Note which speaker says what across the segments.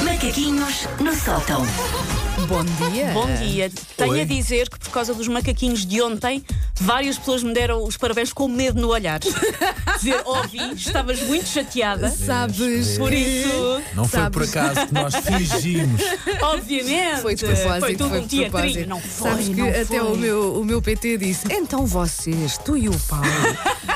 Speaker 1: Macaquinhos no sótão.
Speaker 2: Bom dia.
Speaker 3: Bom dia. Tenho
Speaker 4: Oi.
Speaker 3: a dizer que por causa dos macaquinhos de ontem, várias pessoas me deram os parabéns com medo no olhar. dizer, ouvi, estavas muito chateada.
Speaker 2: Sabes
Speaker 3: Por isso,
Speaker 4: Não foi
Speaker 2: Sabes.
Speaker 4: por acaso que nós fingimos.
Speaker 3: obviamente.
Speaker 2: Foi de propósito,
Speaker 3: Foi tudo
Speaker 2: foi
Speaker 3: um
Speaker 2: de propósito.
Speaker 3: teatrinho. Não foi.
Speaker 2: Sabes que
Speaker 3: não
Speaker 2: até
Speaker 3: foi.
Speaker 2: o meu, o meu PT disse: então vocês, tu e o Paulo,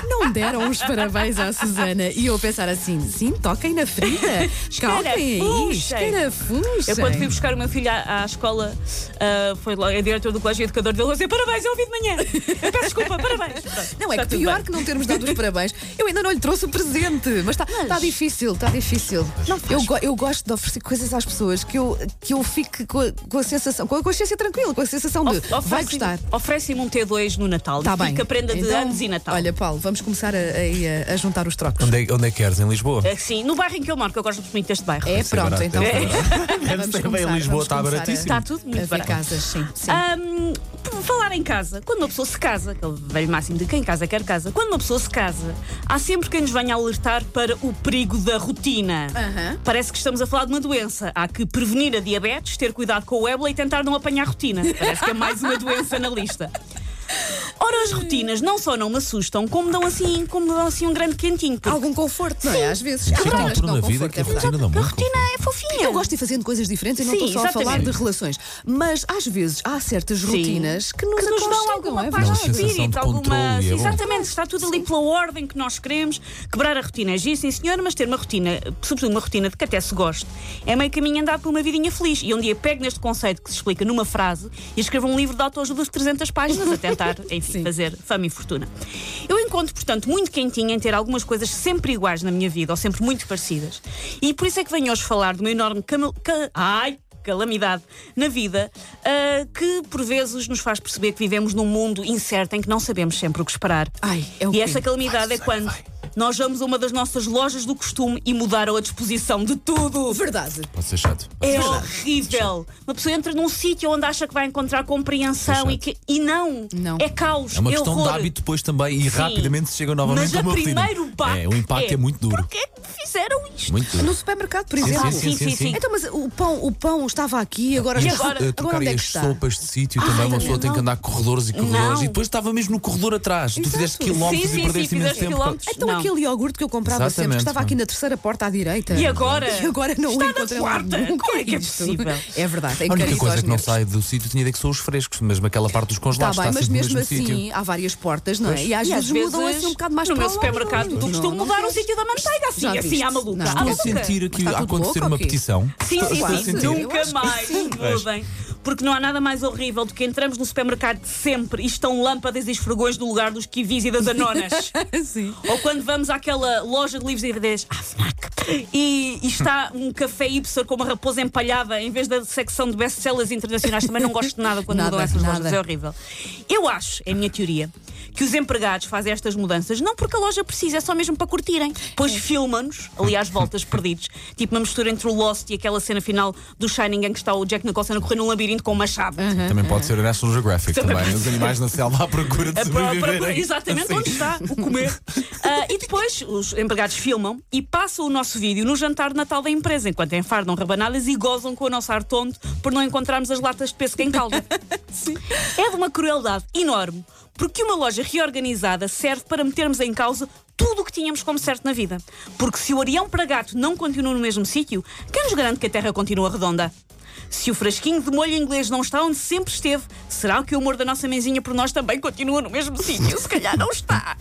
Speaker 2: não deram os parabéns à Susana. E eu pensar assim: sim, toquem na ferida, calquem aí,
Speaker 3: Escarafunchem.
Speaker 2: escarafunchem.
Speaker 3: Eu, quando fui buscar o meu filho à, à escola, ah, foi logo a diretora do colégio educador dele dizer parabéns, eu ouvi de manhã. Eu peço desculpa, parabéns. Pronto,
Speaker 2: Não, é
Speaker 3: está
Speaker 2: que
Speaker 3: tudo
Speaker 2: pior
Speaker 3: bem.
Speaker 2: que não termos dado os parabéns. Eu ainda não lhe trouxe o presente, mas está está difícil, está difícil. eu, go- eu gosto de oferecer coisas às pessoas que eu, que eu fique com a, com a sensação, com a consciência tranquila, com a sensação de
Speaker 3: Of-
Speaker 2: vai
Speaker 3: oferecem-
Speaker 2: gostar.
Speaker 3: Oferecem-me um T2 no Natal
Speaker 2: Está
Speaker 3: e
Speaker 2: bem.
Speaker 3: que aprenda de
Speaker 2: Então,
Speaker 3: anos e Natal.
Speaker 2: Olha, Paulo, vamos começar a, a- a juntar os trocos.
Speaker 4: onde, é, onde é que queres? Em Lisboa?
Speaker 3: Assim, no bairro em que eu moro, que eu gosto muito deste bairro.
Speaker 2: É,
Speaker 4: ser
Speaker 2: pronto,
Speaker 4: barato,
Speaker 2: então.
Speaker 4: deve ser
Speaker 2: Vamos
Speaker 4: Deve ser bem,
Speaker 2: começar, vamos
Speaker 4: Lisboa
Speaker 2: começar
Speaker 4: está
Speaker 2: a-
Speaker 4: baratíssimo.
Speaker 3: Está tudo muito
Speaker 2: a ver
Speaker 3: barato. Ah,
Speaker 2: casas, É sim. sim.
Speaker 3: Ahm, por falar em casa, quando uma pessoa se casa, aquele velho máximo de quem casa quer casa, quando uma pessoa se casa, há sempre quem nos venha alertar para o perigo da rotina.
Speaker 2: Aham.
Speaker 3: Parece que estamos a falar de uma doença. Há que prevenir a diabetes, ter cuidado com o ébola e tentar não apanhar rotina. Parece que é mais uma doença na lista. Ora, as rotinas não só não me assustam, como dão assim, como dão assim um grande quentinho. porque
Speaker 2: Algum conforto, não é? Às vezes. Há
Speaker 4: Chega uma
Speaker 2: rotinas que
Speaker 4: altura
Speaker 2: dão
Speaker 4: na vida
Speaker 2: conforto,
Speaker 4: que a
Speaker 2: é verdade.
Speaker 4: rotina dá
Speaker 3: a
Speaker 4: muito.
Speaker 3: rotina é fofinha.
Speaker 2: Eu gosto de ir fazendo coisas diferentes e não
Speaker 3: Sim,
Speaker 2: estou só a falar
Speaker 3: exatamente.
Speaker 2: de relações. Mas às vezes há certas rotinas que nos
Speaker 3: que nos dão
Speaker 2: aconchegam,
Speaker 3: alguma
Speaker 2: é
Speaker 3: paz
Speaker 4: Dá
Speaker 3: de
Speaker 4: uma
Speaker 2: verdade?
Speaker 4: sensação
Speaker 3: espírito,
Speaker 4: de
Speaker 3: alguma.
Speaker 4: controle,
Speaker 3: Sim,
Speaker 4: é bom.
Speaker 3: exatamente, está tudo ali pela ordem que nós queremos. Quebrar a rotina é giro, sim senhora, mas ter uma rotina, sobretudo uma rotina de que até se goste, é meio caminho andado por uma vidinha feliz. E um dia pego neste conceito que se explica numa frase e escrevo um livro de autoajuda de 300 páginas a tentar, enfim,
Speaker 2: Sim.
Speaker 3: fazer fama e fortuna. Eu encontro, portanto, muito quentinha em ter algumas coisas sempre iguais na minha vida ou sempre muito parecidas. E por isso é que venho hoje falar de uma enorme. Camel... ca- Ai! calamidade na vida ah, que por vezes nos faz perceber que vivemos num mundo incerto em que não sabemos sempre o que esperar.
Speaker 2: Ai, é o
Speaker 3: e
Speaker 2: quê?
Speaker 3: essa calamidade é quando nós vamos a uma das nossas lojas do costume e mudaram a disposição de tudo.
Speaker 2: Verdade.
Speaker 4: Pode ser chato. Pode
Speaker 3: É
Speaker 4: ser chato.
Speaker 3: horrível. Uma pessoa entra num sítio onde acha que vai encontrar compreensão
Speaker 4: Exato.
Speaker 3: e, que, e não.
Speaker 2: Não.
Speaker 3: É caos.
Speaker 4: É uma
Speaker 3: é
Speaker 4: questão
Speaker 3: horror.
Speaker 4: de hábito depois também e rapidamente se chega novamente
Speaker 3: Mas
Speaker 4: a uma
Speaker 3: a
Speaker 4: rotina.
Speaker 3: primeiro baque
Speaker 4: É, o impacto é, muito duro.
Speaker 3: Porquê que fizeram isto?
Speaker 4: Muito
Speaker 2: No
Speaker 4: duro.
Speaker 2: supermercado, por
Speaker 4: Sim,
Speaker 2: exemplo.
Speaker 4: sim, sim, sim,
Speaker 3: Ah, sim,
Speaker 4: sim.
Speaker 3: sim.
Speaker 2: Então, mas o pão, o pão estava aqui e agora
Speaker 3: E
Speaker 2: está.
Speaker 3: agora?
Speaker 4: Eh,
Speaker 2: agora onde
Speaker 4: trocarem
Speaker 2: é que
Speaker 4: as
Speaker 2: está?
Speaker 4: sopas de sítio também, uma pessoa tem que andar corredores e corredores
Speaker 3: Não.
Speaker 4: e depois estava mesmo no corredor atrás. Tu fizeste quilómetros
Speaker 3: Sim, sim,
Speaker 4: e
Speaker 3: sim,
Speaker 4: perdeste imenso
Speaker 3: fizeste
Speaker 4: tempo.
Speaker 3: quilómetros.
Speaker 2: Então
Speaker 3: Não.
Speaker 2: aquele iogurte que eu comprava sempre, que
Speaker 4: Exatamente,
Speaker 2: estava
Speaker 4: não.
Speaker 2: aqui na terceira porta à direita.
Speaker 3: E agora?
Speaker 2: E agora não
Speaker 3: Está
Speaker 2: o
Speaker 3: na
Speaker 2: encontrei
Speaker 3: quarta.
Speaker 2: lá.
Speaker 3: Como é que é
Speaker 2: isto?
Speaker 3: possível?
Speaker 2: É verdade. é
Speaker 4: A única
Speaker 2: carito aos
Speaker 4: coisa que não
Speaker 2: nervos.
Speaker 4: sai do sítio tinha de que são os frescos, mesmo aquela parte dos
Speaker 2: Está
Speaker 4: congelados.
Speaker 2: bem, mas
Speaker 4: sempre no
Speaker 2: mesmo assim
Speaker 4: mesmo sítio.
Speaker 2: há várias portas, não é? E às,
Speaker 3: E
Speaker 2: vezes, mudam assim um bocado mais
Speaker 3: no
Speaker 2: para
Speaker 3: meu
Speaker 2: lá,
Speaker 3: supermercado
Speaker 2: não,
Speaker 3: do costumo
Speaker 2: não
Speaker 3: mudar o
Speaker 2: queres.
Speaker 3: sítio da manteiga assim,
Speaker 2: Já
Speaker 3: assim
Speaker 2: viste?
Speaker 3: à maluca.
Speaker 2: Não.
Speaker 3: à
Speaker 4: Estou a
Speaker 3: maluca.
Speaker 4: É sentir aqui
Speaker 2: Está tudo
Speaker 4: acontecer
Speaker 2: louco,
Speaker 4: uma
Speaker 2: ok.
Speaker 4: petição.
Speaker 3: Sim,
Speaker 4: Estou-
Speaker 3: sim,
Speaker 4: estou a
Speaker 3: sim.
Speaker 4: sentir.
Speaker 2: Eu
Speaker 3: Nunca
Speaker 2: acho que
Speaker 3: mais
Speaker 2: sim.
Speaker 3: mudem. Porque não há nada mais horrível do que entramos no supermercado de sempre e estão lâmpadas e esfregões no lugar dos kiwis e das anonas.
Speaker 2: Sim.
Speaker 3: Ou quando vamos àquela loja de livros e DVDs, à "Ah, FNAC, e, e está um café Ipsor com uma raposa empalhada em vez da secção de best-sellers internacionais. Também não gosto de nada quando
Speaker 2: Nada,
Speaker 3: mudam essas
Speaker 2: nada.
Speaker 3: lojas, é horrível. Eu acho, é a minha teoria, que os empregados fazem estas mudanças não porque a loja precisa, é só mesmo para curtirem. Pois
Speaker 2: É.
Speaker 3: filmam-nos, aliás, voltas perdidos. Tipo uma mistura entre o Lost e aquela cena final do Shining em que está o Jack Nicholson a correr num labirinto com um machado.
Speaker 2: É.
Speaker 4: Também pode ser a National Geographic também. Os animais na selva à procura de
Speaker 3: A pró-
Speaker 4: sobreviverem. Assim.
Speaker 3: procura- É exatamente onde está o comer. Ah, e depois os empregados filmam e passam o nosso vídeo no jantar de Natal da empresa, enquanto enfardam rabanadas e gozam com o nosso ar tonto por não encontrarmos as latas de pêssego em calda. É de uma crueldade enorme, porque uma loja reorganizada serve para metermos em causa tudo o que tínhamos como certo na vida. Porque se o arião para gato não continua no mesmo sítio, quem nos garante que a Terra continua redonda? Se o frasquinho de molho inglês não está onde sempre esteve, será que o amor da nossa mãezinha por nós também continua no mesmo sítio? Se calhar não está.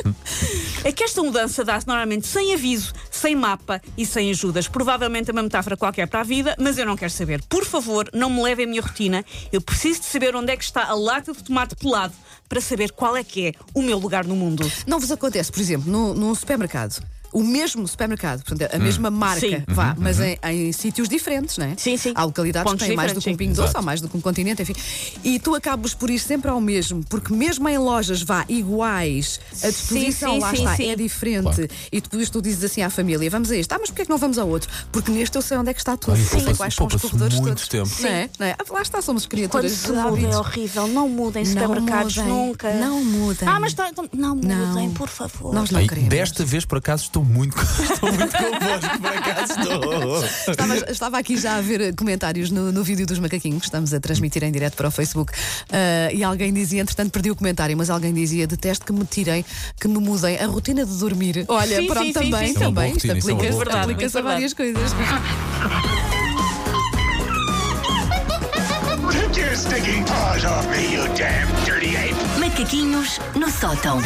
Speaker 3: É que esta mudança dá-se normalmente sem aviso, sem mapa e sem ajudas. Provavelmente é uma metáfora qualquer para a vida, mas eu não quero saber. Por favor, não me levem a minha rotina. Eu preciso de saber onde é que está a lata de tomate pelado para saber qual é que é o meu lugar no mundo.
Speaker 2: Não vos acontece, por exemplo, no- num supermercado. O mesmo supermercado, portanto, a mesma marca,
Speaker 3: Uhum. Sim. Uhum.
Speaker 2: vá, mas em, em sítios diferentes, não é?
Speaker 3: Sim, sim.
Speaker 2: Há localidades que
Speaker 3: Pontos
Speaker 2: têm mais do que um
Speaker 3: diferentes,
Speaker 2: pingo doce, ou mais do que um continente, enfim. E tu acabas por ir sempre ao mesmo, porque mesmo em lojas, vá, iguais, a disposição
Speaker 3: sim,
Speaker 2: lá
Speaker 3: sim,
Speaker 2: está
Speaker 3: sim.
Speaker 2: é diferente.
Speaker 4: Claro.
Speaker 2: E depois tu dizes assim à família, vamos a este, ah, mas porquê é que não vamos ao outro? Porque neste eu sei onde é que está tudo,
Speaker 4: Claro, e
Speaker 2: eu sei
Speaker 4: poupa-se-
Speaker 2: quais são os
Speaker 4: poupa-se
Speaker 2: corredores
Speaker 4: muito
Speaker 2: todos.
Speaker 4: tempo.
Speaker 2: Não é? Não é? Lá está, somos criaturas de hábito.
Speaker 3: é horrível. Não mudem
Speaker 2: Não supermercados mudem, nunca. não mudem. Ah, mas
Speaker 3: tá, então, não
Speaker 2: Não. mudem,
Speaker 3: por favor.
Speaker 2: Nós não
Speaker 4: Ai,
Speaker 2: queremos.
Speaker 4: desta vez, por acaso, estou muito, estou muito convosco, por acaso estou.
Speaker 2: Estava, estava aqui já a ver eh, comentários no, no vídeo dos macaquinhos, que estamos a transmitir em direto para o Facebook. Ah, e alguém dizia, entretanto, perdi o comentário, mas alguém dizia: detesto que me tirem, que me mudem a rotina de dormir. Olha,
Speaker 3: Sim,
Speaker 2: pronto,
Speaker 3: sim, sim,
Speaker 2: também,
Speaker 3: sim.
Speaker 4: É uma boa
Speaker 2: também.
Speaker 4: rotina, isso é uma
Speaker 2: aplica-se
Speaker 4: boa rotina.
Speaker 2: aplica-se a
Speaker 3: Verdade,
Speaker 2: várias coisas.
Speaker 1: Take your stinking paws off me, you damn dirty ape!
Speaker 5: Macaquinhos no sótão.